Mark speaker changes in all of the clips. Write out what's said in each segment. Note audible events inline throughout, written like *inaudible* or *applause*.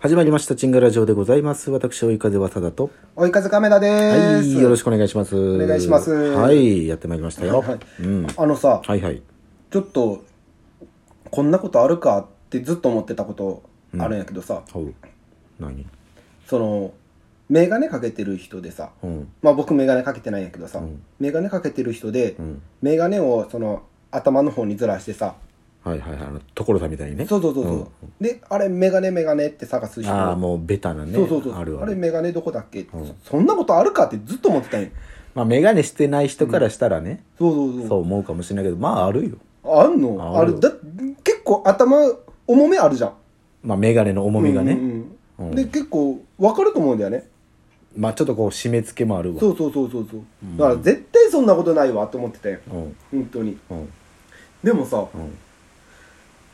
Speaker 1: 始まりました、チンガラジオでございます。私、追い風はただと。
Speaker 2: 追い風カメラで
Speaker 1: は
Speaker 2: ーす。
Speaker 1: い、よろしくお願いします。お
Speaker 2: 願いします
Speaker 1: はい、やってまいりましたよ。
Speaker 2: はい
Speaker 1: うん。
Speaker 2: あのさ、
Speaker 1: はいはい。
Speaker 2: ちょっと、こんなことあるかってずっと思ってたことあるんやけどさ、
Speaker 1: ほう。何
Speaker 2: その、メガネかけてる人でさ、
Speaker 1: うん。
Speaker 2: まあ僕メガネかけてないんやけどさ、
Speaker 1: うん
Speaker 2: メガネかけてる人で、
Speaker 1: うん。
Speaker 2: メガネをその、頭の方にずらしてさ、
Speaker 1: はいはいはい。あの、所さんみたいにね。
Speaker 2: そうそうそうそう、で、あれメガネメガネって探す人。
Speaker 1: ああ、もうベタなね。
Speaker 2: そうそうそう。
Speaker 1: あるあ
Speaker 2: れ
Speaker 1: る。
Speaker 2: メガネどこだっけ、
Speaker 1: ん
Speaker 2: そそんなことあるかってずっと思ってたんや。
Speaker 1: まあ、メガネしてない人からしたらね、
Speaker 2: そうそうそう。
Speaker 1: そう思うかもしれないけど、まあ、あるよ。
Speaker 2: あんの
Speaker 1: あ
Speaker 2: あ
Speaker 1: る
Speaker 2: るだ結構頭重めあるじゃん
Speaker 1: まあ、メガネの重みがね。
Speaker 2: うんうんうん
Speaker 1: うん
Speaker 2: で結構分かると思うんだよね
Speaker 1: まあ、ちょっとこう、締め付けもあるわ。
Speaker 2: そうそうそうそうそうだから絶対そんなことないわと思ってたよ
Speaker 1: うん。
Speaker 2: 本当に
Speaker 1: うん。
Speaker 2: でもさ
Speaker 1: うん。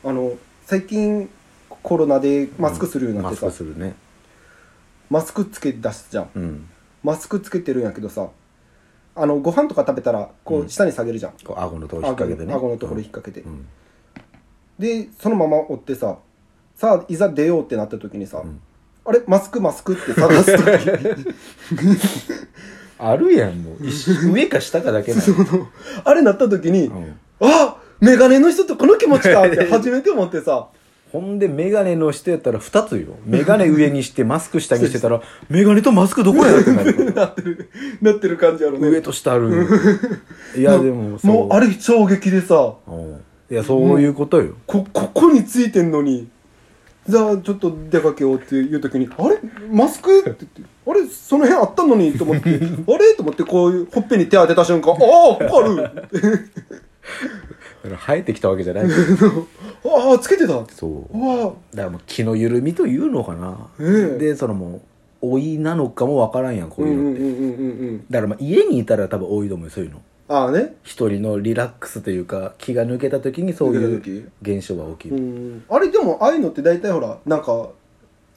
Speaker 2: あの最近コロナでマスクするようになっ
Speaker 1: マ
Speaker 2: て
Speaker 1: ス
Speaker 2: さ、
Speaker 1: クするね。
Speaker 2: マスクつけ出すじゃん
Speaker 1: うん。
Speaker 2: マスクつけてるんやけどさあのご飯とか食べたらこう下に下げるじゃん、
Speaker 1: こう、顎のとこ引っ
Speaker 2: 顎
Speaker 1: 掛けてね。
Speaker 2: 顎のところ引っ掛けて、
Speaker 1: うん。
Speaker 2: でそのまま追ってささあいざ出ようってなった時にさ、あれマスクマスクって探す時
Speaker 1: あるやん、もう。一緒上か下かだけな
Speaker 2: *laughs*
Speaker 1: の。
Speaker 2: あれなった時に、
Speaker 1: ん
Speaker 2: あメガネの人ってこの気持
Speaker 1: *laughs*
Speaker 2: ちかって初めて思ってさ、
Speaker 1: ほんで、メガネの人やったら二つよ。メガネ上にして、マスク下にして
Speaker 2: *laughs*
Speaker 1: たら、メガネとマスクどこやってなるか
Speaker 2: なってる、なってる感じやろ
Speaker 1: ら。上
Speaker 2: ね。
Speaker 1: と下ある。いや、でも、そう
Speaker 2: もうあれ衝撃でさ、
Speaker 1: うんいや、そういうことよ。
Speaker 2: こ、ここについてんのに、じゃあちょっと出かけようっていう時に、あれマスクって言って、あれその辺あったのにと思
Speaker 1: *laughs*
Speaker 2: って、あれと思ってこういうほっぺに手当てた瞬間、ああ、ここあるって
Speaker 1: だから生えてきたわけじゃ
Speaker 2: *laughs*
Speaker 1: ないけど。
Speaker 2: ああ、つけてたう
Speaker 1: そう。だ
Speaker 2: わ
Speaker 1: からもう気の緩みというのかな。
Speaker 2: ええ
Speaker 1: で、そのもう、老いなのかもわからんやん、こ
Speaker 2: う
Speaker 1: うん
Speaker 2: う
Speaker 1: いうんの。
Speaker 2: うんうんうんうん。
Speaker 1: だからまあ、家にいたら多分多いと思うよ、そういうの。
Speaker 2: ああね。
Speaker 1: 一人のリラックスというか、気が抜けた時にそう
Speaker 2: 抜け
Speaker 1: い
Speaker 2: た
Speaker 1: う現象は起き
Speaker 2: う
Speaker 1: る。
Speaker 2: んあれでもああいうのって大体ほらなんか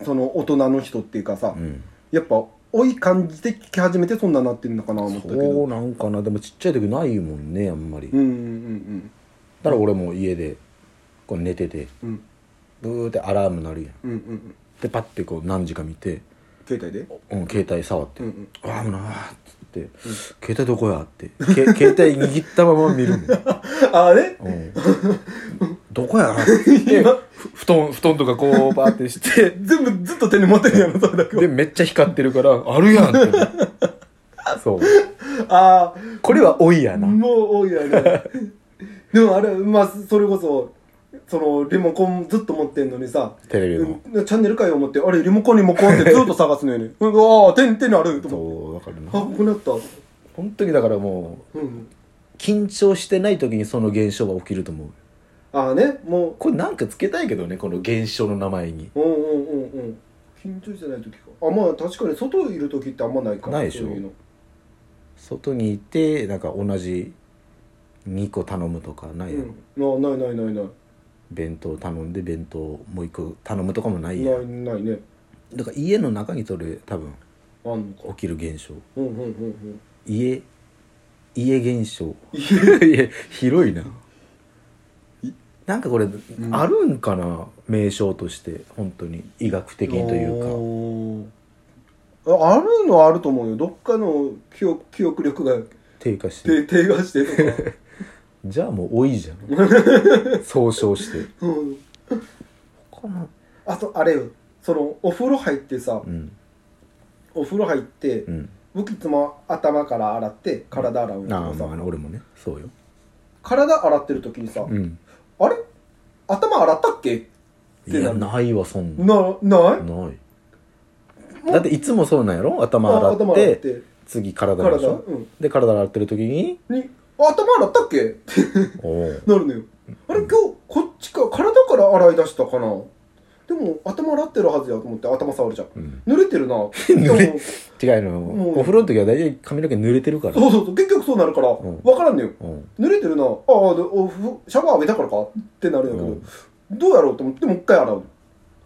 Speaker 2: その大人の人っていうかさ、
Speaker 1: うん。
Speaker 2: やっぱ老い感じて聞き始めてそんななってんのかな思った
Speaker 1: そ
Speaker 2: けど
Speaker 1: うなんかなでもちっちゃい時ないもんねあんまり、
Speaker 2: う
Speaker 1: だ
Speaker 2: んうんうん
Speaker 1: から俺も家でこう寝てて
Speaker 2: うんうん
Speaker 1: ブーってアラーム鳴るやん
Speaker 2: うんうんうん
Speaker 1: でパッてこう何時か見て、
Speaker 2: 携帯で
Speaker 1: うん、携帯触って「
Speaker 2: うんうん
Speaker 1: ああもうなー」っつって、携帯どこや?」ってけ *laughs* 携帯握ったまま見るも
Speaker 2: *laughs*
Speaker 1: ん、
Speaker 2: あれ
Speaker 1: うん、どこやなって
Speaker 2: 今
Speaker 1: ふ布団布団とかこうバーってして
Speaker 2: *laughs* 全部ずっと手に持ってるやろ
Speaker 1: *laughs*
Speaker 2: それだけは
Speaker 1: でめっちゃ光ってるから「あるやん」ってそう
Speaker 2: あ
Speaker 1: これは老いや
Speaker 2: あ
Speaker 1: な
Speaker 2: もう
Speaker 1: *laughs*
Speaker 2: 多いやねでもあれまあそれこそそのリモコンずっと持ってんのにさ
Speaker 1: テレビの、
Speaker 2: うんチャンネル変えよう思ってあれリモコンリモコンってずっと探すの
Speaker 1: *laughs*
Speaker 2: よねうんああ手に手にあると思って
Speaker 1: そうわかるな
Speaker 2: あここにあった
Speaker 1: 本当にだからもう
Speaker 2: うん
Speaker 1: 緊張してない時にその現象が起きると思う
Speaker 2: ああねも
Speaker 1: これなんかつけたいけどねこの現象の名前に
Speaker 2: ううんうんうんうん緊張してない時かあまあ確かに外いる時ってあんまないから
Speaker 1: ないでしょ
Speaker 2: そういうの
Speaker 1: 外にいてなんか同じ2個頼むとかないやん、
Speaker 2: うん、なないないないない
Speaker 1: 弁当頼んで弁当もう1個頼むとかもないや
Speaker 2: なんいないね
Speaker 1: だから家の中にそれ多分
Speaker 2: あんのか
Speaker 1: 起きる現象
Speaker 2: うんうんうんうん
Speaker 1: 家家現象 *laughs* いや広いななんかこれ、あるんかな名称として本当に医学的にというか
Speaker 2: いうかああるのはあると思うよどっかの記憶記憶力が
Speaker 1: 低下して
Speaker 2: 低低下してと
Speaker 1: *laughs*
Speaker 2: か、
Speaker 1: じゃあもう多いじゃ *laughs* ん総称して
Speaker 2: うん、
Speaker 1: この
Speaker 2: あとあれよそのお風呂入ってさ
Speaker 1: うん
Speaker 2: お風呂入って、
Speaker 1: うん
Speaker 2: 僕いつも頭から洗って体洗うけ
Speaker 1: あ
Speaker 2: ど
Speaker 1: あ
Speaker 2: さ、
Speaker 1: まあ俺もねそうよ
Speaker 2: 体洗ってる時にさ、
Speaker 1: うん
Speaker 2: あれ頭洗ったっけ
Speaker 1: い
Speaker 2: ってな
Speaker 1: や
Speaker 2: る
Speaker 1: ないわそんな
Speaker 2: な、ない
Speaker 1: ないだっていつもそうなんやろ頭
Speaker 2: あ
Speaker 1: 洗
Speaker 2: 頭
Speaker 1: っ
Speaker 2: 洗ってて、
Speaker 1: 次体洗うでし
Speaker 2: 体、
Speaker 1: ょ
Speaker 2: うん。
Speaker 1: で体洗ってる時に
Speaker 2: に、あ頭洗ったっけ *laughs* って
Speaker 1: おお
Speaker 2: なるのよ。あれ、今日、こっちか、体から洗い出したかな。でも、頭洗ってるはずやと思って、頭触るじゃん。
Speaker 1: うん
Speaker 2: 濡れて
Speaker 1: *laughs*
Speaker 2: るな。
Speaker 1: 濡れ
Speaker 2: でも
Speaker 1: 違うの
Speaker 2: もう
Speaker 1: お風呂の時は大体髪の毛濡れてるから
Speaker 2: そうそうそう、結局そうなるから、わ
Speaker 1: ん
Speaker 2: からんのよ。
Speaker 1: うん
Speaker 2: 濡れてるな。ああ、でおふシャワー浴びたからかってなるんやけ
Speaker 1: う
Speaker 2: ど
Speaker 1: ん、
Speaker 2: どうやろうと思って、もう一回洗う。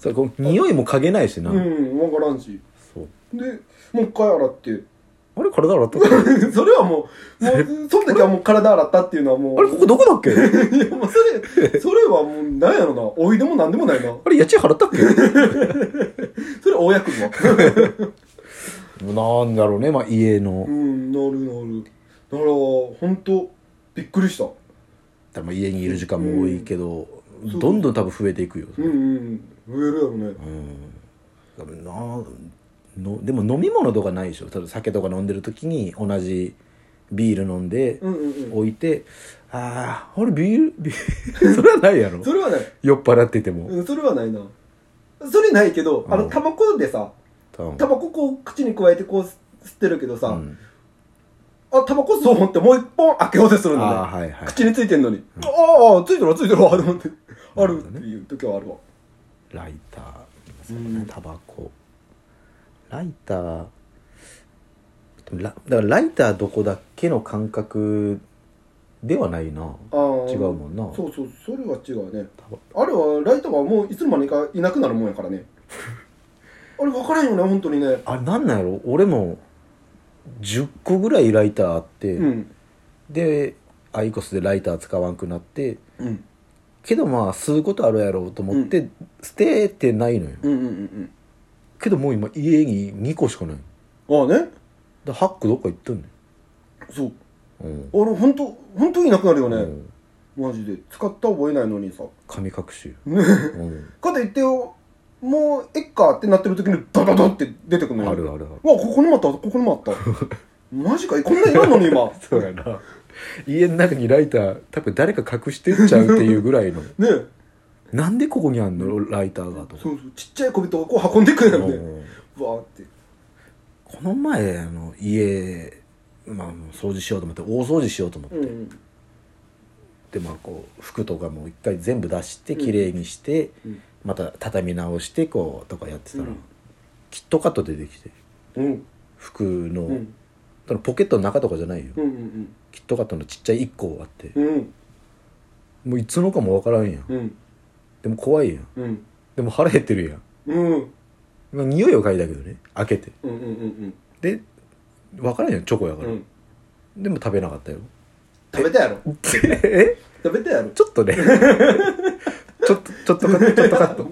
Speaker 1: それこう匂いも嗅げないしな
Speaker 2: うん、わからんし。
Speaker 1: そう
Speaker 2: で、もう一回洗って。 *laughs*
Speaker 1: あれ体洗ったっけあ
Speaker 2: それはもう、も
Speaker 1: *laughs*
Speaker 2: う、その時はもう体洗ったっていうのはもう。
Speaker 1: れここどこだっけ
Speaker 2: いやもうそれ、それはもう、なんやろな、おいでもなんでもないな。
Speaker 1: あれ家賃払ったっけ
Speaker 2: 大役は
Speaker 1: なんだろうね、まあ、家の
Speaker 2: う、んなるなるだから本当びっくりした
Speaker 1: 多分家にいる時間も多いけど、
Speaker 2: うん
Speaker 1: どんどん多分増えていくよ、
Speaker 2: うんうん増えるやろね
Speaker 1: 多分なのでも飲み物とかないでしょ多分酒とか飲んでる時に同じビール飲んで
Speaker 2: うんうんうん
Speaker 1: 置いて、あああれビールビール *laughs* それはないやろ
Speaker 2: それはない
Speaker 1: 酔っ払ってても、
Speaker 2: うんそれはないなそれないけどあ
Speaker 1: う
Speaker 2: の
Speaker 1: ん
Speaker 2: タバコでさ
Speaker 1: 多分
Speaker 2: タバコこう口に加えてこう吸ってるけどさ、
Speaker 1: うん
Speaker 2: あタバコ吸おうってもう一本開けようとするのね
Speaker 1: ああはいはい
Speaker 2: 口についてんのに、ああついてるわついてるわと思ってあ
Speaker 1: なるほ
Speaker 2: る
Speaker 1: どね
Speaker 2: っていう時はあるわ
Speaker 1: ライターそううんねタバコライターラだからライターどこだけの感覚ではないな
Speaker 2: あー
Speaker 1: 違うもんな
Speaker 2: そうそうそれは違うね
Speaker 1: タバ
Speaker 2: あれはライターはもういつの間にかいなくなるもんやか
Speaker 1: *laughs*
Speaker 2: らねあれ分からんよね本当にね
Speaker 1: あれなんなんやろ俺も10個ぐらいライターあって、
Speaker 2: うん
Speaker 1: でアイコスでライター使わんくなって
Speaker 2: うん
Speaker 1: けどまあ吸うことあるやろうと思って、捨ててないのよ
Speaker 2: うんうんうん
Speaker 1: けどもう今家に2個しかない
Speaker 2: うんああね
Speaker 1: で8個どっか行ってんね
Speaker 2: そう
Speaker 1: うん、
Speaker 2: あれ本当本当にいなくなるよね、
Speaker 1: うん、
Speaker 2: マジで使った覚えないのにさ *laughs*
Speaker 1: 神隠し、
Speaker 2: ね
Speaker 1: うん、
Speaker 2: かといってよもうえっかってなってる時にダダダって出てくるのよ
Speaker 1: あるあるある
Speaker 2: わここにもあったここ
Speaker 1: *laughs*
Speaker 2: にもあったマジかこんないらんのに今
Speaker 1: そうやな *laughs* 家の中にライター多分誰か隠してっちゃうっていうぐらいの
Speaker 2: ねえ
Speaker 1: なんでここにあんのライターがと
Speaker 2: そうそうちっちゃい小人がこう運んでくるよ
Speaker 1: う
Speaker 2: ね
Speaker 1: ん
Speaker 2: わーって
Speaker 1: この前あの家、まあ、掃除しようと思って大掃除しようと思って、
Speaker 2: うん
Speaker 1: でまあ、こう服とかも一回全部出して綺麗にして、
Speaker 2: うん
Speaker 1: また畳み直してこうとかやってたら、
Speaker 2: うん
Speaker 1: キットカット出てきて
Speaker 2: うん
Speaker 1: 服の,、
Speaker 2: うん
Speaker 1: そのポケットの中とかじゃないよ、
Speaker 2: うんうん
Speaker 1: キットカットのちっちゃい1個あって、
Speaker 2: うん
Speaker 1: もういつのかもわからんやん
Speaker 2: うん
Speaker 1: でも怖いやん
Speaker 2: うん
Speaker 1: でも腹減ってるやん
Speaker 2: うんうん
Speaker 1: まあ匂いを嗅いだけどね開けて
Speaker 2: うんうんうん
Speaker 1: で分からんやんチョコやから、
Speaker 2: うん
Speaker 1: でも食べなか
Speaker 2: *laughs*
Speaker 1: ったよ *laughs*
Speaker 2: 食べたやろ
Speaker 1: え
Speaker 2: 食べたやろ
Speaker 1: ちょっとね *laughs* ちょっとちょっとカットちょっとカット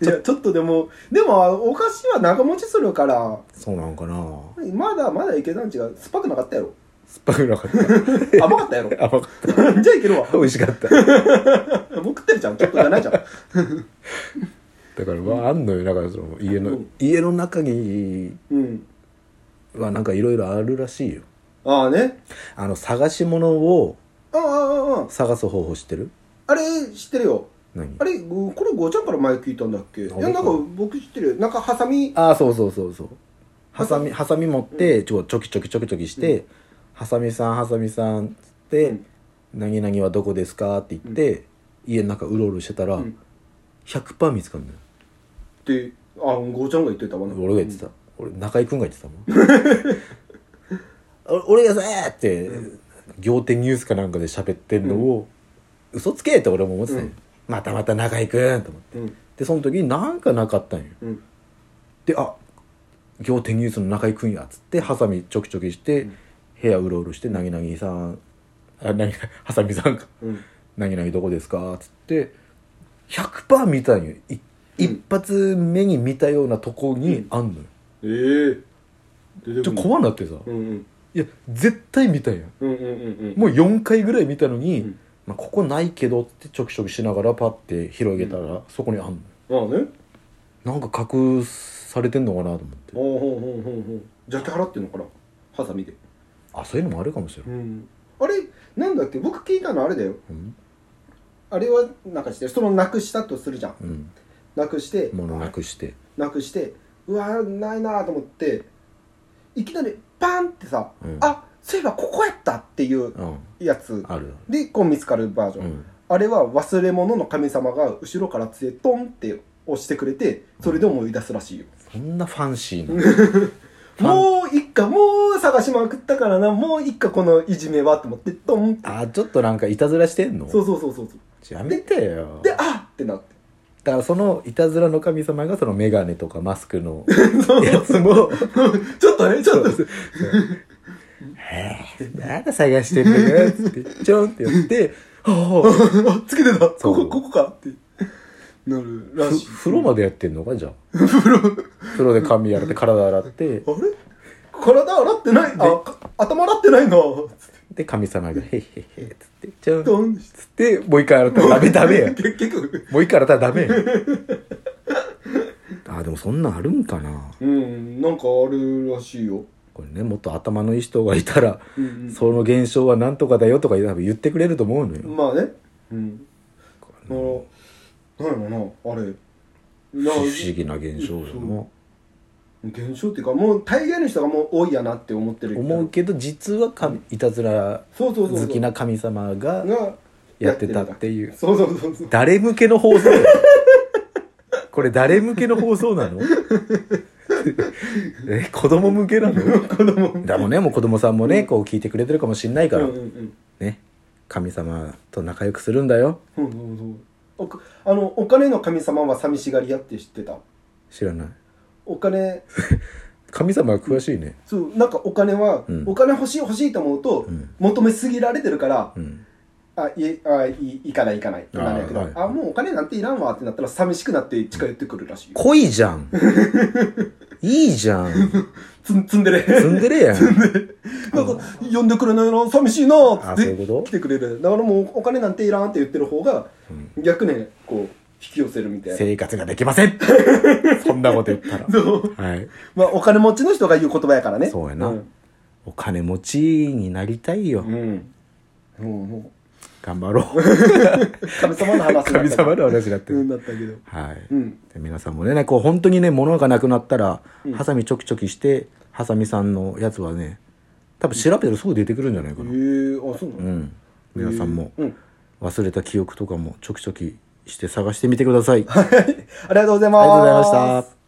Speaker 2: いやちょっとでもでもお菓子は長持ちするから
Speaker 1: そうなんかな
Speaker 2: まだまだいけたん違う酸っぱくなかったやろ
Speaker 1: 酸っぱくなかっ
Speaker 2: 甘かったやろじゃ
Speaker 1: た甘かっ
Speaker 2: あいけるわ
Speaker 1: た美味しかった
Speaker 2: もう食ってるじゃんちょっとじゃないじゃん
Speaker 1: だからまああんのよだからその家の、
Speaker 2: うん
Speaker 1: 家の中に
Speaker 2: うん
Speaker 1: はなんかいろいろあるらしいよ
Speaker 2: ああね
Speaker 1: あの探し物を
Speaker 2: ああああああ
Speaker 1: 探す方法知ってる
Speaker 2: あれ知ってるよ
Speaker 1: 何
Speaker 2: あれごこれごちゃんから前聞いたんだっけいや
Speaker 1: あ
Speaker 2: なんか
Speaker 1: 僕
Speaker 2: 僕知ってるよなんかハサミ
Speaker 1: ああそうそうそうそうハサミハサミ持ってちょちょきちょきちょきちょきして、ハサミさんハサミさん」っつって、
Speaker 2: うん
Speaker 1: 何々はどこですか?」って言って、家の中うろうろしてたら、
Speaker 2: うん
Speaker 1: 100%見つかんのよ
Speaker 2: ってあごちゃんが言ってたわな
Speaker 1: 俺が言ってた、俺中居君が言ってたもん
Speaker 2: *laughs*
Speaker 1: お俺がさーって、仰天ニュースかなんかで喋ってんのを、嘘つけって俺も思ってたよ、
Speaker 2: うん
Speaker 1: またまた中居君と思って
Speaker 2: うん
Speaker 1: でその時になんかなかったんよ
Speaker 2: うん
Speaker 1: であ仰天ニュースの中居君やっつってハサミちょきちょきして、部屋うろうろして「なぎなぎさんあなぎハサミさんか
Speaker 2: うん
Speaker 1: なぎなぎどこですか?」っつって100%見たんよい一発目に見たようなとこにあんのよ、
Speaker 2: ええ出て
Speaker 1: ちょ
Speaker 2: くる
Speaker 1: 怖なってさ、
Speaker 2: うんうん
Speaker 1: いや絶対見たやん
Speaker 2: うんうんうんうん
Speaker 1: もう4回ぐらい見たのに、
Speaker 2: ん
Speaker 1: まあ、ここないけどってちょきちょきしながらパッて広げたら、そこにあんのよ
Speaker 2: ああね
Speaker 1: なんか隠されてんのかなと思って
Speaker 2: ああほうほうほうほうジャケ払ってんのかなハサミで
Speaker 1: あそういうのもあるかもしれない、
Speaker 2: んあれなんだっけ僕聞いたのあれだよ
Speaker 1: うん
Speaker 2: あれはなんかしてそのなくしたとするじゃん
Speaker 1: うん、
Speaker 2: なくして
Speaker 1: 物なくして
Speaker 2: なくしてうわーないなーと思っていきなりパンってさ、
Speaker 1: うん
Speaker 2: あそういえばここやったってい
Speaker 1: う
Speaker 2: う
Speaker 1: ん
Speaker 2: やつ
Speaker 1: ある
Speaker 2: でこう見つかるバージョン、
Speaker 1: うん
Speaker 2: あれは忘れ物の神様が後ろから杖トンって押してくれてそれで思い出すらしいよ、
Speaker 1: そんなファンシーなファン
Speaker 2: もう一家もう探しまくったからなもう一家このいじめはと思ってトンって
Speaker 1: あちょっとなんかいたずらしてんの
Speaker 2: そうそうそうそうそう
Speaker 1: やめてよ
Speaker 2: であっってなって
Speaker 1: だからそのいたずらの神様がそのメガネとかマスク
Speaker 2: *laughs*
Speaker 1: の
Speaker 2: そう
Speaker 1: やつも
Speaker 2: *laughs* ちょっとねちょっと
Speaker 1: へえまだ探してるの
Speaker 2: *laughs*
Speaker 1: よっつってちょんってやって「はあ
Speaker 2: *laughs* あつけてた
Speaker 1: そ
Speaker 2: こ
Speaker 1: う
Speaker 2: こここかってなるら
Speaker 1: ふ
Speaker 2: しい
Speaker 1: 風呂までやってんのかじゃあ風呂で髪洗って体洗って
Speaker 2: あれ体洗ってないあか頭洗ってないなつって
Speaker 1: で神様が「へいへいへい」っつって「ちゃん」
Speaker 2: どん
Speaker 1: つってもう一回洗ったらダ
Speaker 2: *laughs*
Speaker 1: メダメや
Speaker 2: 結局
Speaker 1: もう一回洗ったらダメやあでもそんなんあるんかな
Speaker 2: うんなんかあるらしいよ
Speaker 1: これねもっと頭のいい人がいたら
Speaker 2: うん
Speaker 1: その現象はなんとかだよとか多分言ってくれると思うの
Speaker 2: う
Speaker 1: よ
Speaker 2: んまあねうん
Speaker 1: こ
Speaker 2: あ
Speaker 1: れね
Speaker 2: のなんやろなあれ
Speaker 1: 不
Speaker 2: な
Speaker 1: 思議な現象だな
Speaker 2: 現象っていうかもう大概の人がもう多いやなって思ってる
Speaker 1: 思うけど実は神いたずら
Speaker 2: そうそうそうそ
Speaker 1: 好
Speaker 2: う
Speaker 1: きな神様が
Speaker 2: が
Speaker 1: やってたっていう
Speaker 2: そうそうそうそう
Speaker 1: 誰向けの *laughs* 放送これ誰向けの放送
Speaker 2: *laughs*
Speaker 1: なのえ子供向けなの
Speaker 2: 子供
Speaker 1: だもんねもう子供さんもねこう聞いてくれてるかもしんないから、
Speaker 2: うんうん
Speaker 1: ね神様と仲良くするんだよ
Speaker 2: うんそうそうそうおかあのお金の神様は寂しがり屋って知ってた
Speaker 1: 知らない
Speaker 2: お金
Speaker 1: 神様は詳しいね
Speaker 2: そうなんかお金は、
Speaker 1: うん
Speaker 2: お金欲しい欲しいと思うと、
Speaker 1: うん
Speaker 2: 求めすぎられてるから
Speaker 1: うん
Speaker 2: あいえあいいいかないいかないってなるんやけど
Speaker 1: あ
Speaker 2: あ,、
Speaker 1: ーはい
Speaker 2: もうお金なんていらんわってなったら寂しくなって近寄ってくるらしいよ
Speaker 1: 恋じゃ
Speaker 2: *laughs*
Speaker 1: んいいじゃん
Speaker 2: つん積んでれ
Speaker 1: ツンデレやん
Speaker 2: なんか呼んでくれないな寂しいな
Speaker 1: あそ
Speaker 2: っ
Speaker 1: う
Speaker 2: て
Speaker 1: いうこ
Speaker 2: 来てくれるだからもうお金なんていらんって言ってる方が
Speaker 1: と、うん
Speaker 2: 逆ねこう引き寄せるみたいな
Speaker 1: 生活ができませ
Speaker 2: *laughs*
Speaker 1: んそんなこと言ったら
Speaker 2: そう
Speaker 1: はい
Speaker 2: まあお金持ちの人が言う言葉やからね
Speaker 1: そうやな
Speaker 2: うん、
Speaker 1: お金持ちになりたいよ、
Speaker 2: うんもうも
Speaker 1: 頑張ろう
Speaker 2: う神様の話になった
Speaker 1: 神様の話になって
Speaker 2: う
Speaker 1: る、
Speaker 2: んだったけど
Speaker 1: はい、
Speaker 2: うん
Speaker 1: で皆さんもねこう本当にね物がなくなったら、
Speaker 2: うん
Speaker 1: ハサミちょきちょきしてハサミさんのやつはね多分調べたらすぐ出てくるんじゃない
Speaker 2: え
Speaker 1: かな、うん
Speaker 2: ー、あそうなの、
Speaker 1: 皆さんも
Speaker 2: えーうん
Speaker 1: 忘れた記憶とかもちょきちょきして探してみてください、あり
Speaker 2: ありがとうござい *laughs*
Speaker 1: が
Speaker 2: ます
Speaker 1: とうございました